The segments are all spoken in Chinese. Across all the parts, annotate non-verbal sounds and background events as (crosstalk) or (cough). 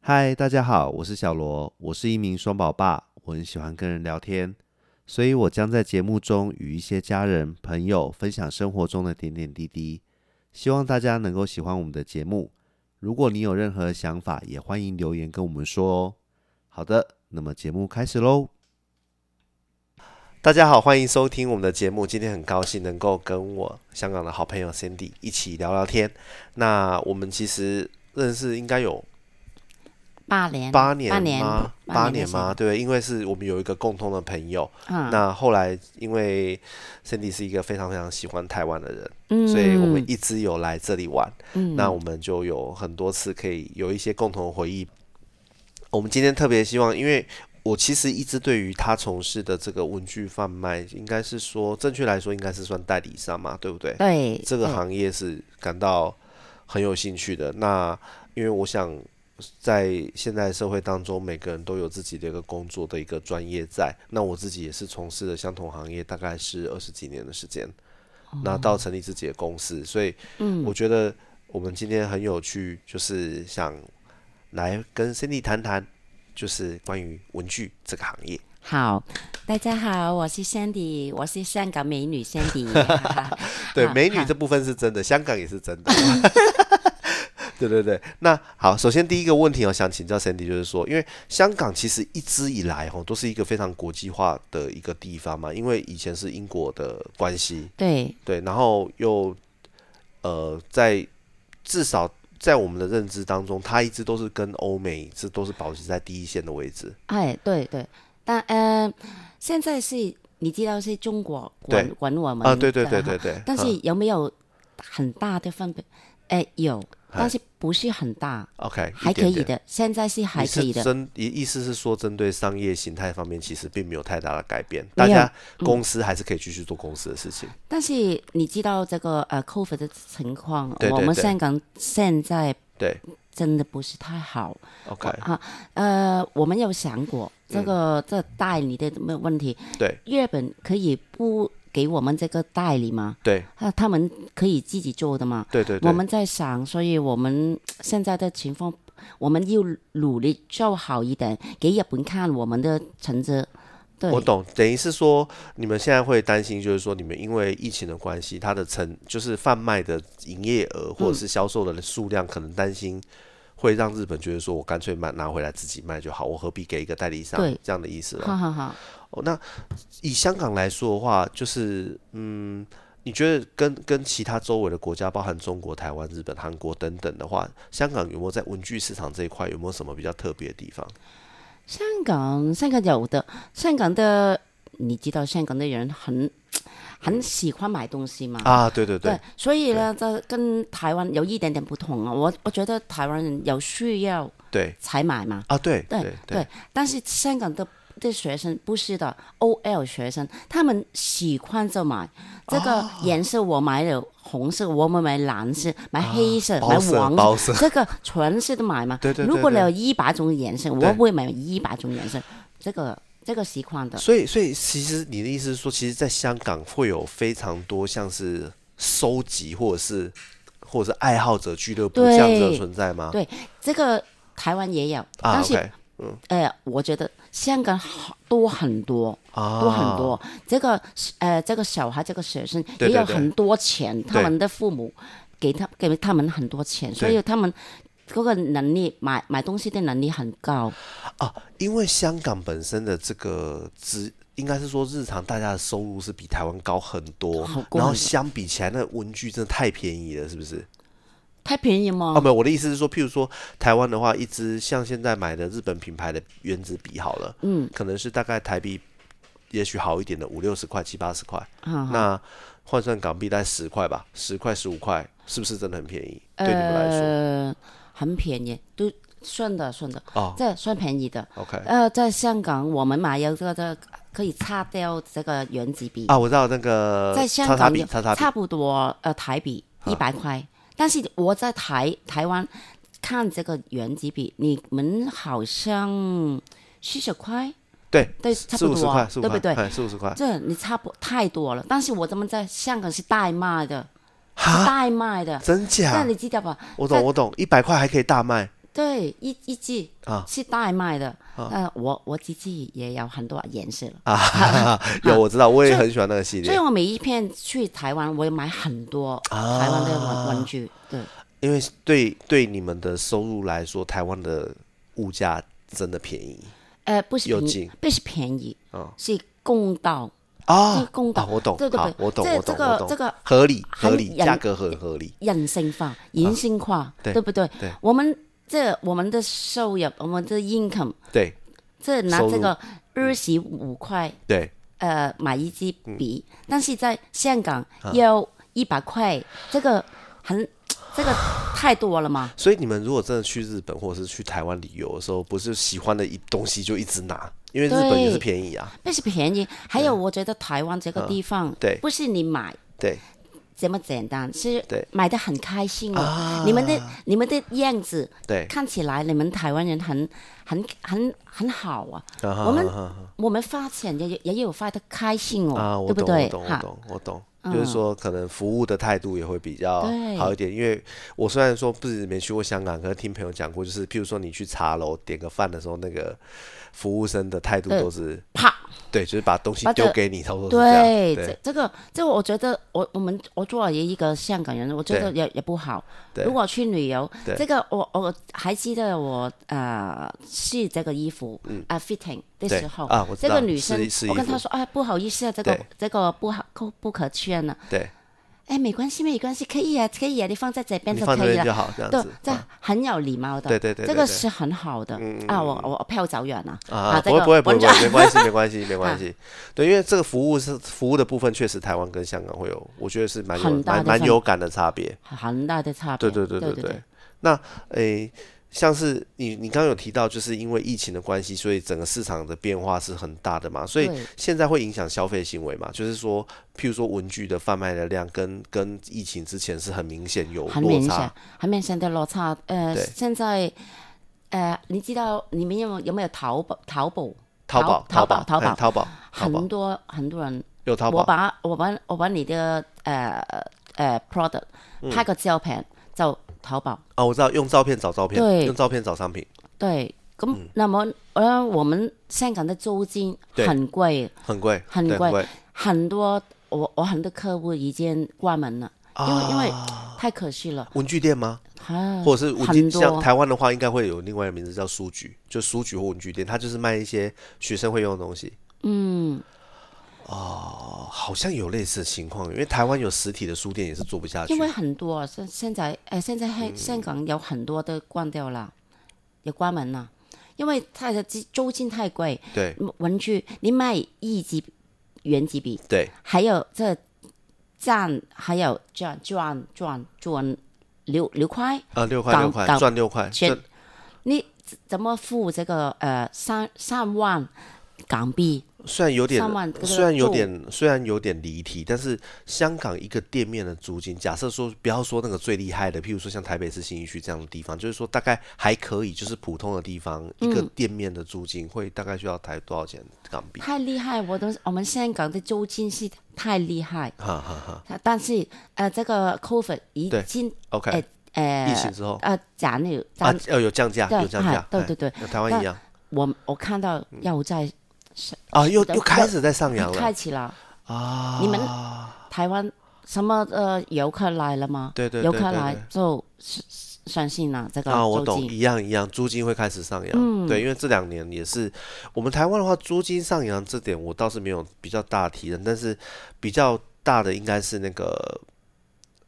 嗨，大家好，我是小罗，我是一名双宝爸，我很喜欢跟人聊天，所以我将在节目中与一些家人、朋友分享生活中的点点滴滴，希望大家能够喜欢我们的节目。如果你有任何想法，也欢迎留言跟我们说哦。好的，那么节目开始喽。大家好，欢迎收听我们的节目。今天很高兴能够跟我香港的好朋友 Cindy 一起聊聊天。那我们其实认识应该有八年，八年八吗？八年吗？？对，因为是我们有一个共同的朋友。嗯那后来，因为 Cindy 是一个非常非常喜欢台湾的人，嗯，所以我们一直有来这里玩。嗯那我们就有很多次可以有一些共同的回忆。我们今天特别希望，因为我其实一直对于他从事的这个文具贩卖，应该是说正确来说应该是算代理商嘛，对不对？对这个对行业是感到很有兴趣的。那因为我想，在现在社会当中，每个人都有自己的一个工作的一个专业在。那我自己也是从事了相同行业，大概是二十几年的时间。那到成立自己的公司，所以嗯我觉得我们今天很有趣，就是想来跟 Cindy 谈谈，就是关于文具这个行业。好，大家好，我是 Sandy，我是香港美女 Sandy， (laughs) 对， (laughs) 啊美女哈这部分是真的，香港也是真的。 (laughs) 对对对，那好，首先第一个问题哦，想请教 Sandy，就是说，因为香港其实一直以来哦，都是一个非常国际化的一个地方嘛，因为以前是英国的关系，对对，然后又呃，在至少在我们的认知当中，它一直都是跟欧美这都是保持在第一线的位置。哎，对对，但呃，现在是你知道是中国对管管我们啊，对对的对哈对对，但是嗯有没有很大的分别？哎，有，哎但是不是很大， OK 一还可点以点的，现在是还你可以是的，针意意思是说，针对商业形态方面，其实并没有太大的改变，大没有嗯家公司还是可以继续做公司的事情。但是你知道这个呃 COVID 的情况，对对我们对香港现在对真的不是太好。 ，OK，嗯呃，我们有想过这个、这代理的问问题，对日本可以不给我们这个代理吗？对啊，他们可以自己做的吗？对对对，我们在想，所以我们现在的情况，我们要努力做好一点，给日本看我们的成绩。对，我懂，等于是说你们现在会担心，就是说你们因为疫情的关系，它的成就是贩卖的营业额嗯或者是销售的数量，可能担心会让日本觉得说我干脆卖拿回来自己卖就好，我何必给一个代理商对这样的意思哦哈哈哈。哦，那以香港来说的话，就是嗯，你觉得跟跟其他周围的国家，包含中国、台湾、日本、韩国等等的话，香港有没有在文具市场这一块有没有什么比较特别的地方？香港，香港有的，香港的，你知道香港的人很很喜欢买东西吗？嗯啊，对对对，所以呢，这跟台湾有一点点不同啊。我我觉得台湾人有需要对才买嘛，啊，对对对对，但是香港的的学生不是的，OL 学生他们喜欢就买这哦个颜色，我买了红色，我们买蓝色，买黑色，买啊包色黄包色，这个全是都买嘛。对对对如果你对有一百种颜色，对我会买一百种颜色，这个这个习惯的。 (laughs) 所以所以其实你的意思是说，其实在香港会有非常多像是收集或者是或者是爱好者俱乐部这样子的对存在吗？对这个台湾也有，啊但是，OK 呃，我觉得香港好多很多，啊，多很多。这个呃，这个小孩，这个学生对也对有对很多钱，他们的父母给他给他们很多钱，所以他们嗰个能力买买东西的能力很高。啊，因为香港本身的这个资，应该是说日常大家的收入是比台湾高很多好，贵然后很多相比起来，那文具真的太便宜了，是不是？太便宜吗？啊，没有，我的意思是说，譬如说台湾的话，一支像现在买的日本品牌的原子笔好了，嗯，可能是大概台币，也许好一点的五六十块、七八十块，啊那换算港币大概十块吧，十块、十五块，是不是真的很便宜？对你们来说，呃，很便宜，都算的算的，哦哎这算便宜的。 ，OK，呃，在香港我们买有这个可以擦掉这个原子笔。啊，我知道那个在香叉叉港笔，有叉叉笔，啊差不多呃台币一百块，但是我在台台湾看这个原子笔，你们好像四十块，对，对，差四不五十多块啊，，四五对十不块，对？哎，四五十块。这你差不太多了，但是我怎么在香港是代卖的，是代卖的，啊真那假？你知道吧？我懂，在我懂，一百块还可以大卖对，一一季啊是大卖的。呃，我我自己也有很多颜色了， (laughs) 啊，有我知道，我也很喜欢那个系所以列，我每一片去台湾，我也买很多啊台湾的文文具。对，因为对对你们的收入来说，台湾的物价真的便宜呃，不是有便宜进，不是便宜啊，是公道，啊是公道啊我懂，对对好，对我懂，这我懂，这个我懂，这个合理很合理，人价格很合理，人性化、人性化，啊对不对？对我们这我们的收入，我们的 income，对这拿收入这个二十五块。对，呃买一支笔，嗯但是在香港啊要一百块，这个很这个太多了嘛？所以你们如果真的去日本或者是去台湾旅游的时候，不是喜欢的一东西就一直拿，因为日本也是对便宜啊，但是便宜，还有我觉得台湾这个地方，对不是你买对这么简单，是对啊买的很开心哦。你们的你们的样子对，看起来，你们台湾人很很很很好啊。啊哈我们啊哈我们花钱也也有花的开心啊，哦，我对不懂，对我？懂，我哈，嗯懂，我懂。就是说，可能服务的态度也会比较对好一点，因为我虽然说不止没去过香港，可是听朋友讲过，就是譬如说你去茶楼点个饭的时候，那个服务生的态度对都是啪。对，就是把东西把这丢给你，差不多是这样。对，对这这个这个我觉得我我们我作为一个香港人，我觉得也也不好。对如果去旅游对，这个我我还记得我呃试这个衣服啊 fitting 嗯对的时候啊我知这个道女试生试我衣跟服她说啊不好意思啊，这个对这个不好不不可圈了。对，哎，没关系没关系，可以啊可以啊，你放在这边你就放那可以边了就。好，这样对子，这很有礼貌的，对对对对这对个是很好的啊！我我我飘走远了啊，这不会个不会不会，我不就嗯会没关系没关 (laughs) 系没关系。对，因为这个服务是服务的部分，确实台湾跟香港会有，我觉得是蛮有很大蛮的蛮分有感的差别。很大的差对别，对对哦对对对。那诶、像是你你刚刚有提到，就是因为疫情的关系，所以整个市场的变化是很大的嘛，所以对现在会影响消费行为嘛？就是说，譬如说文具的贩卖的量跟跟疫情之前是很明显有很落明显差，，很明显的落差。呃，对现在呃，你知道你们有没有有没有淘宝？淘宝淘宝淘宝淘哎宝，淘宝淘宝很多很多人，有淘宝我把我把我把你的呃呃 product 嗯拍个照片就淘宝，啊，我知道用照片找照片，对用照片找商品对。咁那么呃，我们香港的租金嗯对很贵，很贵，很对贵贵很多我我很多客户已经关门了，因为因为太可惜了，文具店吗？啊，啊或者是文具，很多像台湾的话，应该会有另外一个名字叫书局，就书局或文具店，它就是卖一些学生会用的东西。嗯，哦，好像有类似的情况，因为台湾有实体的书店也是做不下去嗯因。为很多啊现现在，呃，现在香香港有很多都关掉了，也关门了，因为它的租租金太贵。对文具你卖一支原子笔，对还有这赚，还有赚赚赚赚六六块，啊，六块港六块港赚六块，全赚你怎么付这个呃三三万港币？虽然有点上万这个虽然有住点虽然有点离题，但是香港一个店面的租金，假设说不要说那个最厉害的，譬如说像台北市信义区这样的地方，就是说大概还可以，就是普通的地方、一嗯个店面的租金会大概需要台多少钱港币？太厉害！我都我们香港的租金是太厉害，哈哈哈但是呃这个 COVID 已对经，OK，、哎呃疫情之后呃，假如啊咱，要有降价，对有降价啊，对对对哎跟台湾一样我我看到又在啊，又对又开始在上扬开了始了，啊！你们台湾什么呃游客来了吗？对对游对客对来对就相信了这个啊，我租懂，金，嗯一样一样，租金会开始上扬。对，因为这两年也是我们台湾的话，租金上扬这点我倒是没有比较大的提升，但是比较大的应该是那个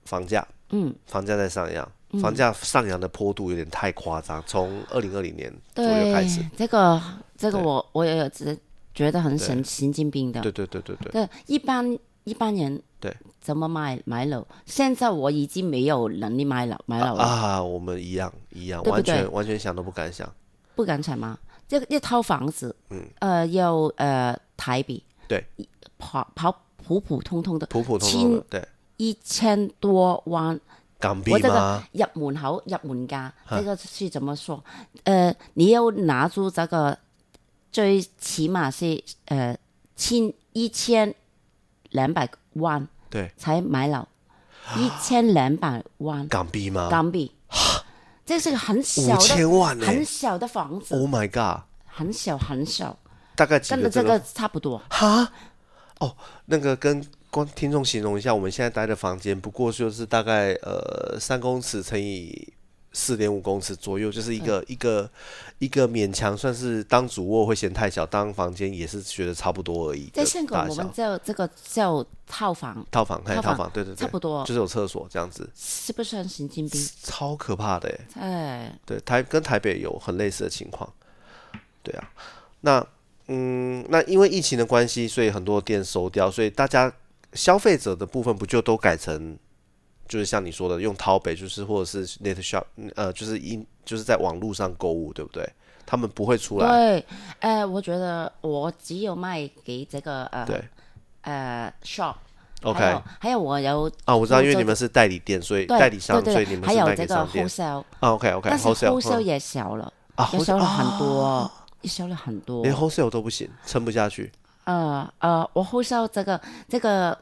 房价，嗯，房价在上扬，房价上扬的坡度有点太夸张，从二零二零年左右开始对。，这个这个对我我也有觉觉得很对神神经病的，对对对对对，对，啊一般一般人对怎么买买楼？现在我已经没有能力买楼买楼了，啊，我们一样一样，对不完对全完全想都不敢想。不敢什么，一一套房子，呃，要呃台币，嗯对，跑跑普普通通的普普通通的亲，对，一千多万，港币我这个吗？入门口入门价，这个是怎么说？呃，你要拿出这个最起码是呃千一千两百万对，才买楼，一千两百万港币吗？港币。这是个很小五的、千万呢、很小的房子， o h my god，很小很小，大概几跟个着这这个个差 (laughs) 不多。哈？哦，那个跟观听众形容一下，我们现在待的房间不过就是大概呃三公尺乘以四点五公尺左右，就是一个、嗯一个一个勉强算是当主卧会嫌太小，当房间也是觉得差不多而已的在香港大我小们。叫这个叫套房，套房，嘿，套套房房，对对对，差不多就是有厕所这样子，是不是很神经病？超可怕的耶。欸哎，对，台跟台北有很类似的情况。对啊，那嗯，那因为疫情的关系，所以很多店收掉，所以大家消费者的部分不就都改成，就是像你说的用淘北，就是或者是 net shop，呃，就是因就是在网络上购物，对不对？他们不会出来，对，哎，我觉得我只有卖给这个呃对呃 shop，还 OK 有还有我有啊，我知道，因为就你们是代理店，所以对代理商，对所以对你们还是有卖这给个商店 wholesale，啊。OK OK，但是 wholesale wholesale 嗯也少了，啊也少，wholesale 了啊，哎很多，也少了很多。连 wholesale 都不行，撑不下去。呃呃，我后烧这个这个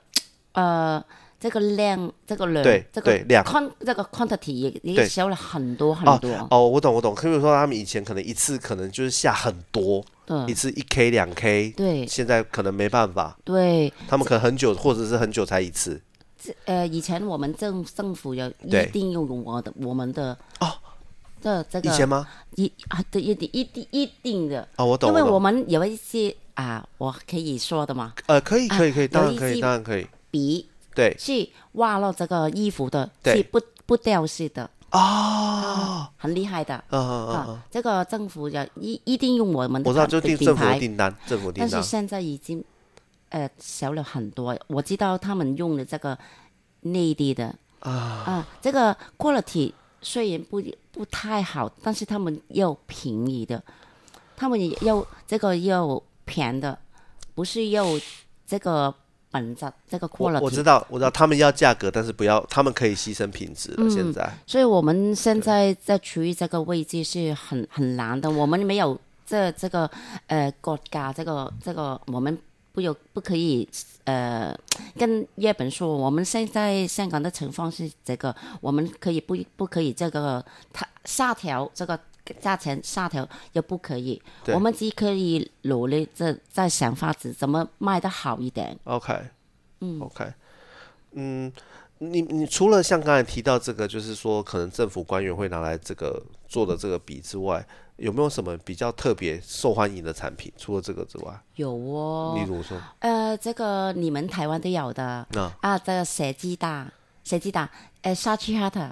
呃这个量这个量对这个对量 con 这个 quantity 也对也少了很多很哦多，哦，我懂我懂，可比如说他们以前可能一次可能就是下很多，一对次一 K 两 K，对现在可能没办法，对，他们可能很久或者是很久才一次。这呃以前我们政政府有一对定要用我的我们的哦的这以前个吗？一啊对一定一定一定的，哦，我懂，因为懂我们有一些啊我可以说的嘛，呃，可以可以可以，啊有当然一可以，季当然可以，笔对是挖了这个衣服的，对是不不掉色的，啊，很厉害的。嗯嗯嗯嗯，啊，这个政府要一一定用我们的我知道，就品定政府的牌，订单，政府订但是单，现在已经呃少了很多。我知道他们用的这个内地的啊这个 quality 虽然不不太好，但是他们要便宜的，他们也要这个要便的，不是要这个本质这个我我知 quality。道，我知道，他们要价格，但是不要，他们可以牺牲品质嗯了。现在所以我们现在在处于这个位置是很很难的，我们没有这这个呃国家这个这个我们。不有不可以，呃，跟日本说，我们现在香港的情况是这个，我们可以不不可以这个它下调这个价钱下调也不可以，对我们只可以努力在在想法子怎么卖得好一点。 ，OK，OK，嗯，你你除了像刚才提到这个，就是说可能政府官员会拿来这个做的这个笔之外，有没有什么比较特别受欢迎的产品？除了这个之外，有哦，例如说，呃，这个你们台湾都有的啊这个蛇鸡蛋、蛇鸡蛋，呃，沙琪哈特，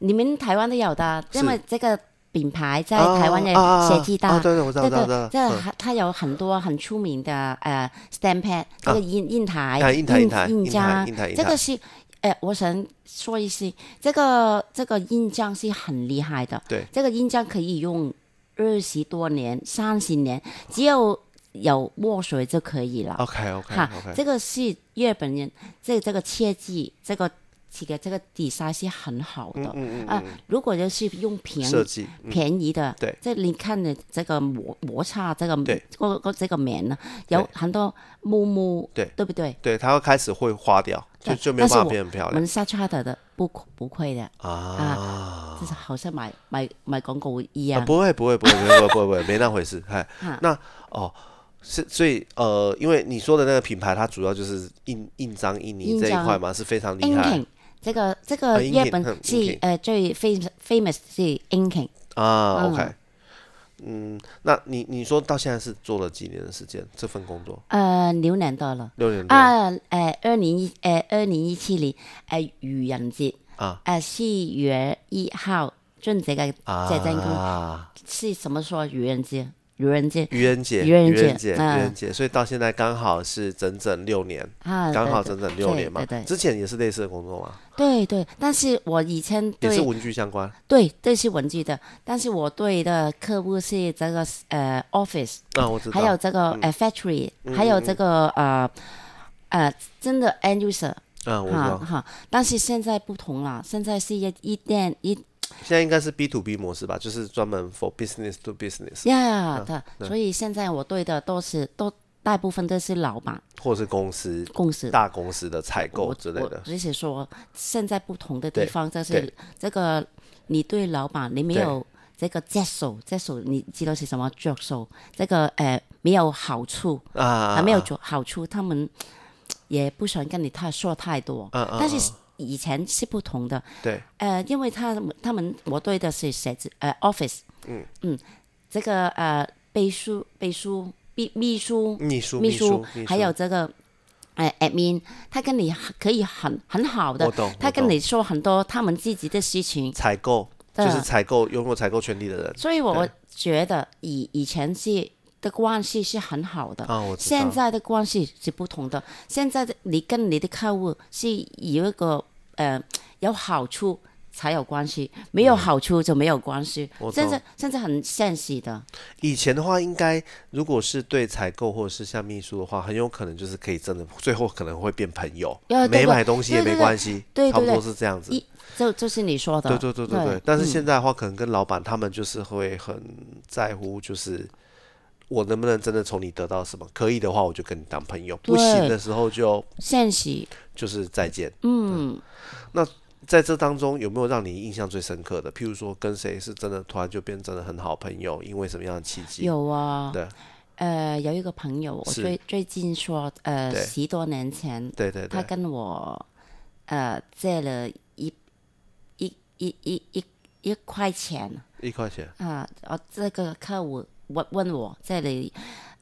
你们台湾都有的，因为这个品牌在啊台湾的啊啊蛇鸡啊，蛋，对对，嗯我知道，这我知道，我知个道这个它它有很多很出名的呃 stamp，这个印印啊台、印台印台印印台章印台，印这台个是。呃，我想说一些，这个这个印章是很厉害的，对，这个印章可以用二十多年、三十年，只要有墨水就可以了。 OK OK 哈， OK，这个是日本人这这个设计，这个这个这个底 e 是很好的、嗯嗯啊。如果要是用便设宜计，嗯便宜的，对这你看的这个摩摩擦这个对个个这个棉呢，有对很多木木，对对不对？对，它会开始会花掉，就对就没有但是办法我变得很漂我亮们 s a c h a 的不不亏的，啊。就是好像买买买广告一啊，样。不会不会不会 (laughs) 不会不会不会不会，没那回事。嗨哈，那哦，是所以呃，因为你说的那个品牌，它主要就是印印章、印尼印这一章块嘛，是非常厉 i n k 害 i n 这个这啊个，inking，日本嗯是，inking 呃最 famous famous 是 inking，啊。嗯 OK，嗯，那你你说到现在是做了几年的时间？这份工作呃牛年到了。六年多啊，誒二零一誒二零一七年誒愚人節啊誒四月一號，春節嘅謝振坤啊，是什麼說愚人節？愚人節愚人节，愚人愚节人节，愚嗯人节，所以到现在刚好是整整六年。啊，刚好對整整六年嘛對對，對之前也是类似的工作嘛，對對，但是我以前也對是文具相关對對是文具的，但是我對的客戶是這個誒 office，啊，我知道。嗯還有這個誒 factory，還有這個誒誒呃真的 end user 啊，我知哈道，哈，但是現在不同啦，現在是一一店一现在应该是 B to B 模式吧，就是专门 for business to business 呀的，嗯对所以现在我对的都是都大部分都是老板或是公司公司。大公司的采购我之类我的。只是说，现在不同的对地方，对就是这个你对老板你没有这个接受，接受你知道是什么着数，这个呃没有好处，啊，还没有做好处，他们也不想跟你太说太多。嗯嗯但是以前是不同的，对，呃，因为他们他们我对的是写字呃 office，嗯这个呃秘书秘书秘秘书秘书秘书书，还有这个。呃，admin，他跟你可以很很好的我懂我，他跟懂你说很多他们自己的事情，采购对啊就是采购拥有采购权利的人所以对我觉得以以前是的关系是很好的，啊，我知道现在的关系是不同的。现在的你跟你的客户是有一个呃有好处才有关系，没有好处就没有关系。嗯我现懂在现在很现实的，以前的话，应该如果是对采购或者是像秘书的话，很有可能就是可以真的最后可能会变朋友，呃对没对买东西也没对对关系，对对差不多对是这样子。一就就是你说的，对对对对对对。，嗯但是现在的话，可能跟老板他们就是会很在乎，就是我能不能真的从你得到什么？可以的话，我就跟你当朋友；不行对的时候就现实就是再见。嗯，那在这当中有没有让你印象最深刻的？譬如说，跟谁是真的突然就变成了很好朋友？因为什么样的契机？有啊。对呃，有一个朋友，我是最最近说，呃，对十多年前，对对他对，跟我呃借了一一一一一一块钱一块钱啊，我这个客户问问我这里，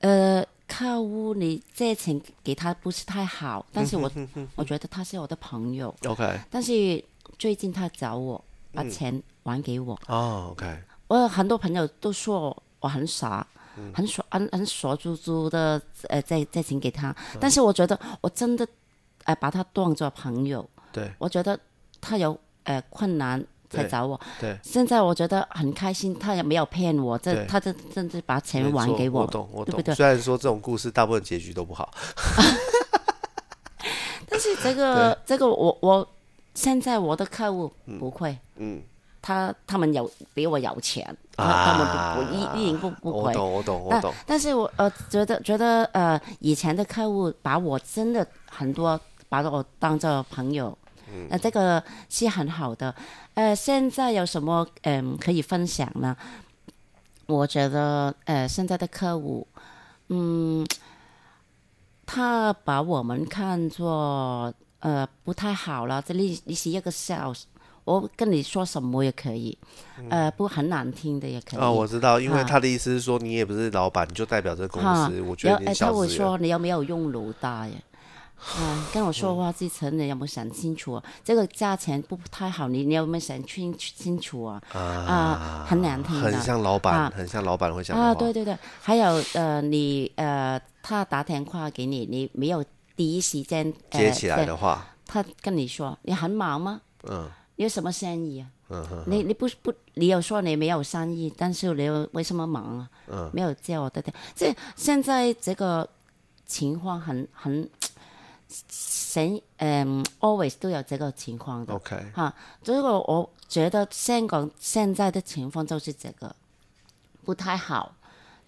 呃，客户你借钱给他不是太好，但是我我觉得他是我的朋友， ，OK，但是最近他找我把钱还给我，哦，OK，我很多朋友都说我很傻，很傻，很很傻猪猪的，呃，借借钱给他。但是我觉得我真的，呃，把他当做朋友。对我觉得他有呃困难才对找我。对，现在我觉得很开心，他也没有骗我，对这他真真的把钱没还错给我我。懂我对懂不。对虽然说这种故事大部分结局都不好，但是这个这个我我现在我的客户不会，嗯，他他们有比我有钱，他他啊，们不不一一定不不我会。懂我懂我但懂，但是我呃觉得觉得呃以前的客户把我真的很多把我当做朋友，嗯那、这个是很好的。呃，现在有什么嗯、可以分享呢？我觉得呃现在的客户，嗯，他把我们看作呃不太好了，这里你是一个 sales。我跟你说什么也可以，呃，不很难听的也可嗯以。啊，我知道，因为啊他的意思是说，你也不是老板，你就代表这个公哈司，我觉有得你哎是他小会职员。说你有没有用脑袋 (sighs) 啊？啊，跟我说话之前你有冇想清楚啊？这个价钱不太好，你你有没有想清清楚啊？啊，很难听很的像老板，啊很像老板会讲的话。啊，对对对，还有呃，你呃，他打电话给你，你没有第一时间呃接起来在的话，他跟你说你很忙吗？嗯，你有什么生意啊？你你不不，你又说你没有生意，但是你又为什么忙啊？没有叫我的，即系现在这个情况很很，成诶、always 都有这个情况的 OK，哈。所以我我觉得香港现在的情况就是这个不太好，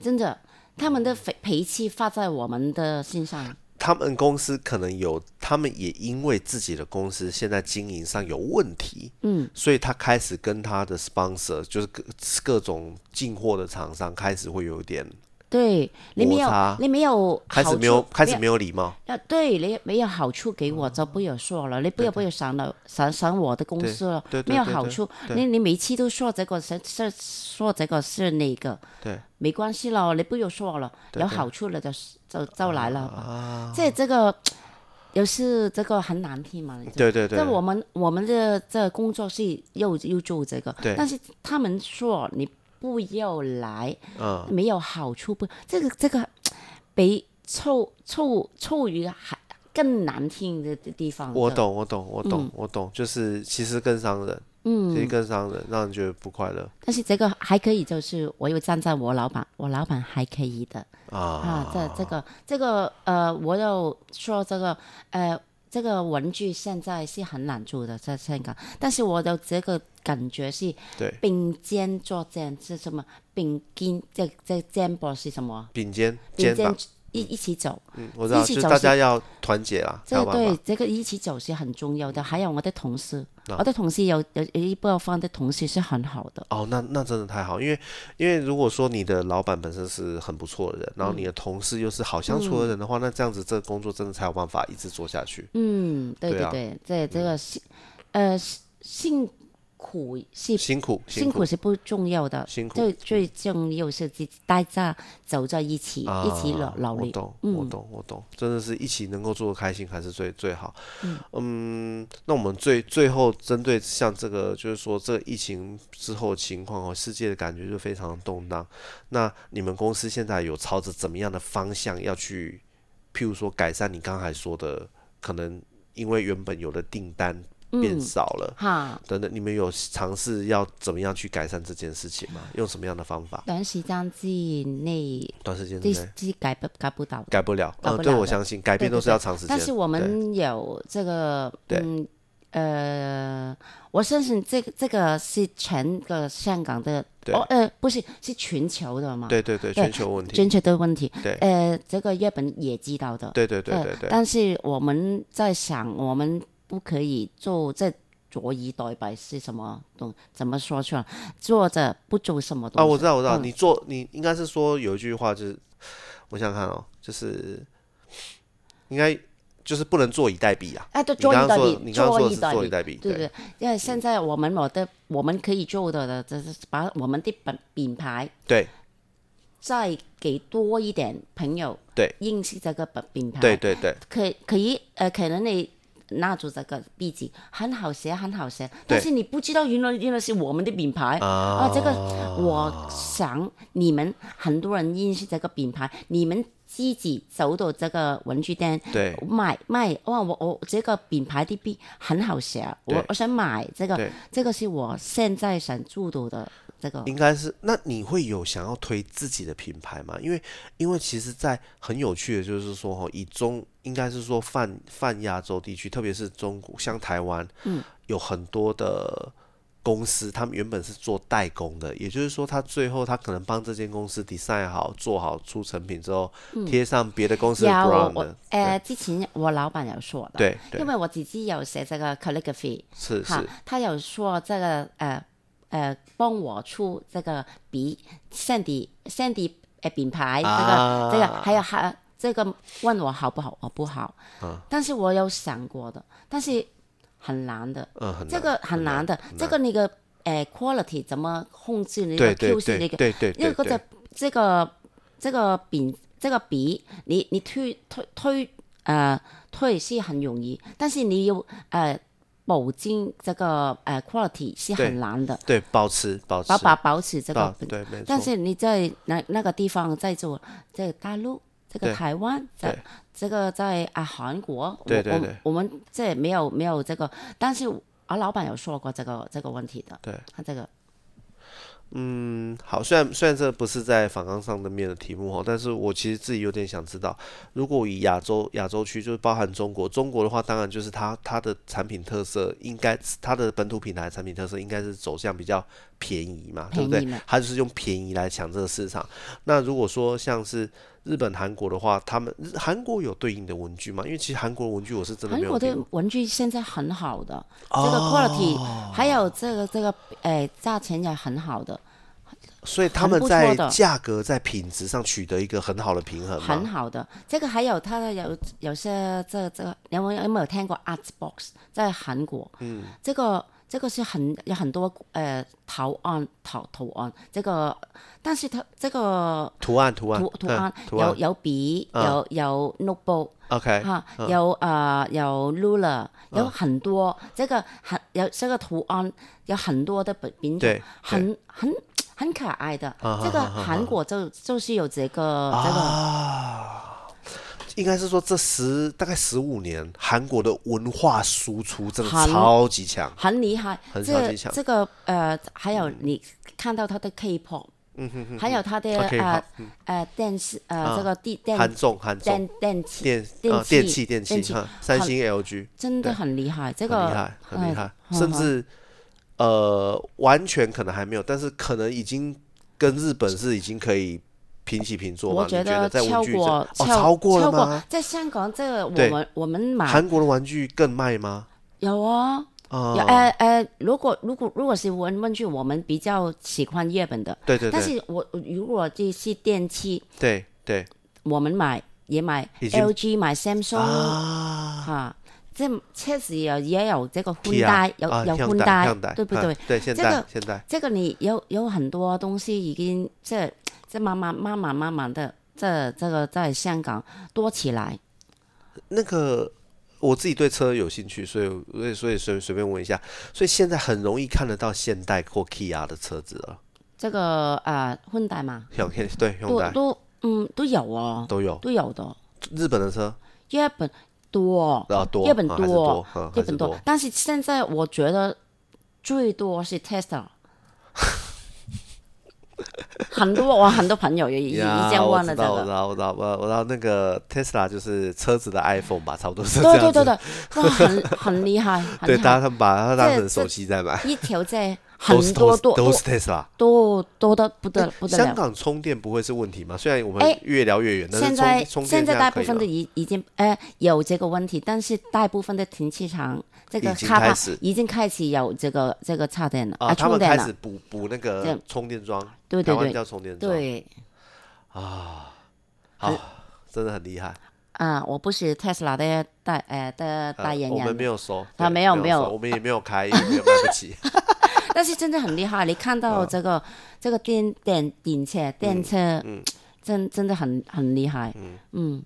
真的，他们的脾脾气发在我们的身上，他们公司可能有，他们也因为自己的公司现在经营上有问题，嗯，所以他开始跟他的 sponsor，就是各各种进货的厂商开始会有点对你没摩擦有你没有开好始没处有开始没有礼貌，那对你没有好处给我，就不要说了。你不要不要上了上上我的公司了对对，对没有对好对处。对你你每次都说这个是是说这个是那个，对没关系了，你不要说了，有好处了就就就来了。啊，即系这个，有时这个很难听嘛。你知道吗对对对在，我们我们的这工作是又又做这个对，但是他们说你不要来，嗯，没有好处不，这个这个比臭臭臭鱼还更难听的地方。我这，懂我懂我懂我懂，就是其实更伤人，其实嗯，更伤人，让人觉得不快乐但是这个还可以，就是我又站在我老板，我老板还可以的啊。这这个这个呃，我又说这个呃，这个文具现在是很难做的，在香港，但是我的这个感觉是对，并肩作战是什么？并肩这这肩膊是什么？顶尖并肩肩膀，一一起走，嗯，我知道，一起就是找大事家要团结啦，才这有个办法对这个一起走是很重要的。还有我的同事，啊我的同事有有有一部分的同事是很好的，哦，那那真的太好，因为因为如果说你的老板本身是很不错的人，然后你的同事又是好相处的人的话，那这样子这个工作真的才有办法一直做下去。嗯，对对啊对，这这个辛呃辛苦是辛苦辛苦苦是不重要的，辛苦嗯最最重要是自己大家走在一起，啊，一起努努我力。懂，我懂，我懂，真的是一起能够做得开心还是最最好。嗯，那我们最最后针对像这个，就是说这疫情之后的情况哦，世界的感觉就非常动荡。那你们公司现在有朝着怎么样的方向要去，譬如说改善你刚才说的，可能因为原本有的订单嗯变少了。哈，等等，你们有尝试要怎么样去改善这件事情吗？用什么样的方法？短时间之内短时间之自内己改不改不到。改不了，改嗯，不对了我的相信改变对都是对要长时间。但是我对们有这个，对嗯，呃，我相信这个这个是全个香港的，对哦，呃，不是，是全球的嘛，对对对，对全球问题，全球的问题，对呃，这个日本也知道的，对对对呃对对，但是我们在想，我们不可以做这坐以待毙是什么东？怎么说出来？坐着不做什么东啊，西？我知道我知道，嗯你做你应该是说有一句话就是，我想想看哦，就是应该就是不能坐以待毙啊。啊，对，你坐刚以刚待说你毙，刚刚坐说的以是待坐以毙。待毙，对对，因为现在我们我的我们可以做到的，就是把我们的品品牌对再给多一点朋友对认识这个品品牌。对对对可可以呃，可能你拿住这个壁纸很好写，很好写，但是你不知道原来原来是我们的品牌啊这个我想你们很多人认识这个品牌，你们自己走到这个文具店。对买卖哇！我我这个品牌的笔很好写，我对我想买这个对，这个是我现在想做到的这个。应该是。那你会有想要推自己的品牌吗？因为因为其实，在很有趣的就是说哦，以中应该是说泛泛亚洲地区，特别是中国，像台湾，嗯，有很多的公司，他们原本是做代工的，也就是说，他最后他可能帮这间公司 design 好、做好出成品之后，贴上别的公司的有 brand 嗯我的，呃，之前我老板有说的，对对因，为我自己有写这个 calligraphy，是哈是，，他有说这个呃呃，帮我出这个笔，Sandy Sandy 呃品牌，这个、啊这个还有还这个问我好不好，我不好，啊但是我有想过的，但是很难的，嗯，很这难个很难的，这个你的呃 quality 怎么控制你对的对 QC 对那个对对因对为嗰对只这个这个饼这个笔，你你推推推呃推是很容易，但是你要呃保证这个呃 quality 是对很难的，对，保持保持保保保持这保个。对，没错，但是你在那那个地方在做，在大陆。这个对台湾，对在这个在啊韩国，对对我对我我们这没有没有这个，但是啊老板有说过这个这个问题的，对他这个嗯，好，虽然虽然这不是在反纲上的面的题目哦，但是我其实自己有点想知道，如果以亚洲亚洲区，就是包含中国，中国的话，当然就是它它的产品特色应该它的本土品牌产品特色应该是走向比较便宜嘛，对不便宜对嘛？它就是用便宜来抢这个市场。那如果说像是日本、韩国的话，他们日韩国有对应的文具吗？因为其实韩国文具我是真的韩没有国的听过。文具现在很好的，这个 quality，、还哦有这个这个诶价钱也很好的，所以他很们不错在的价格在品质上取得一个很好的平衡很嘛。好的。这个还有它的有有些这这个，你有没有有没有听过 Art Box 在韩国？嗯，这个这个是很有很多呃图案图图案，这个但是它这个图案图案图图嗯案图案嗯有有笔有有 notebook。 OK，哈，有啊、呃有 ruler，有嗯很多、这个很有这个图案，有很多的本品种对，很很很可爱的。啊这个啊啊啊韩国就就是有这个、啊，应该是说这十大概十五年，韩国的文化输出真的韩超级强这个很厉害，很超这级强嗯这个呃，还有你看到他的 K-pop，、嗯、还有他的啊，K-pop，啊呃呃电视呃、这个电韩电综韩综电电器，电电呃电器器电器电器哈，三很星 LG 真的很厉害，这很个厉害很厉害，嗯甚嗯至呃完全可能还没有，但是可能已经跟日本是已经可以平起平坐吗？我你觉得在超文具这过哦，超过了超过啊吗？在香港这个我对们我们买韩国的玩具更卖吗？有啊。啊、有呃呃，如果如果如果是文文具，我们比较喜欢日本的。对对但对是我如果这些电器，对对我们买也买已经 LG 买 Samsung 啊，啊，这车子也也有这个宽 Kia，带，有啊有宽 Hyundai，带， Hyundai，对不嗯对？对，现这在个现在这个你有有很多东西已经这这慢慢慢慢慢慢的这这个在香港多起来，那个我自己对车有兴趣，所以所以所以随随便问一下，所以现在很容易看得到现代或 Kia 的车子了，这个呃宽带嘛，像对用都代都嗯都有哦，都有都有的，日本的车日本多，啊多，日本啊还是多多，嗯日还是本多，但是现在我觉得最多 (laughs) 是 Tesla。很多我很多朋友也已已呀经我问知了这道，我知个，道，我知道，我我知道那个 Tesla 就是车子的 iPhone 吧，差不多是这对对样对子。对，哇，很 (laughs) 很厉害，很对，厉害大家他们把它当这成手机在买，一条在很都是都多是多都多是 Tesla。多多的不得不得哎香了。港充电不会是问题吗？虽然我哎们越聊越远，但现是在充充现电在这大样部可以分的了。已已经呃有这个问题，但是大部分的停车场这个已经卡开巴始已经开始有这个这个插电了啊，他充们电开了始，补补那这个样充电桩，对台对湾对叫充电桩，对好，真的很厉害。啊，我不是 Tesla 的代呃的呃代言我们人，没有收啊对没有没没有收我们也没有开，也没有买不起。 (laughs) 但是真的很厉害。你看啊到这个这个电电电车电车，嗯真真的很很厉害。嗯，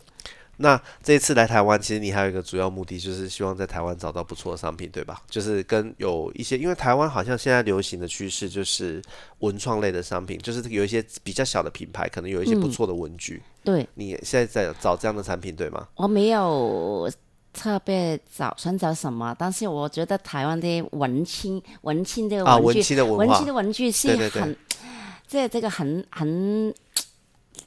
那这一次来台湾，其实你还有一个主要目的，就是希望在台湾找到不错的商品，对吧？就是跟有一些，因为台湾好像现在流行的趋势就是文创类的商品，就是有一些比较小的品牌，可能有一些嗯不错的文具。对。你现在在找这样的产品，对吗？我没有特别找想找什么，但是我觉得台湾的文青文青的啊，文具，文青的文文化青的文具是对很，对对这这个很很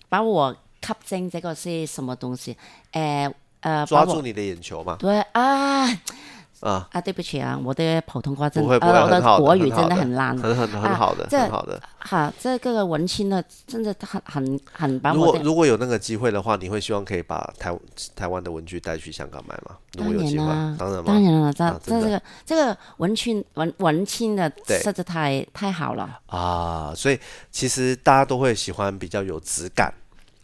把我吸睛，这个是什么东西？呃呃，抓把住我你的眼球嘛。对啊啊，啊，对不起啊，我的普通话真不会不会呃我很好的国很语好真的很烂。很很很好的，啊这很好的。哈，这个文青呢，真的很很很把如我果的如果有那个机会的话，你会希望可以把台台湾的文具带去香港买吗？如当果有然机会，啦，当然当嘛。然了，这、啊这真的这个这个文青文文青的对实在太太好了， (laughs) 啊，所以其实大家都会喜欢比较有质感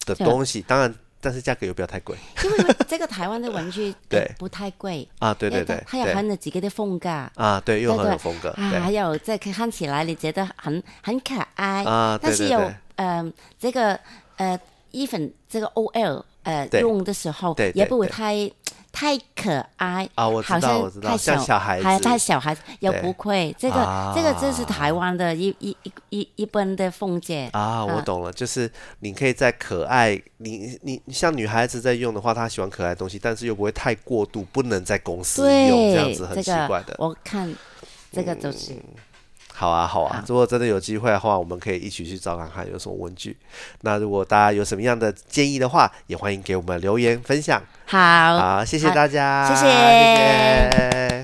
的是东西，当然，但是价格又不要太贵因为这个台湾的文具对呃不太贵，啊。对对因为对它，它有对很有自己的风格啊，啊，对，又对很有对风格，对还有这个看起来你觉得很很可爱，啊，对但是对有对，嗯、呃、这个呃 even 这个 OL 呃对用的时候对对也不会对太太可爱啊，我好知道，我像知道，太像小，小孩还子太小孩子也对不会，这个、啊这个就是台湾的一一一一一般的风姐啊，我啊懂了，就是你可以在可爱，你你像女孩子在用的话，她喜欢可爱的东西，但是又不会太过度，不能在公司用，这样对，子很这奇怪个的。我看这个就是、好啊，好啊，如果真的有机会的话，我们可以一起去找看看有什么文具。那如果大家有什么样的建议的话，也欢迎给我们留言分享。好好，谢谢好大家，谢谢谢谢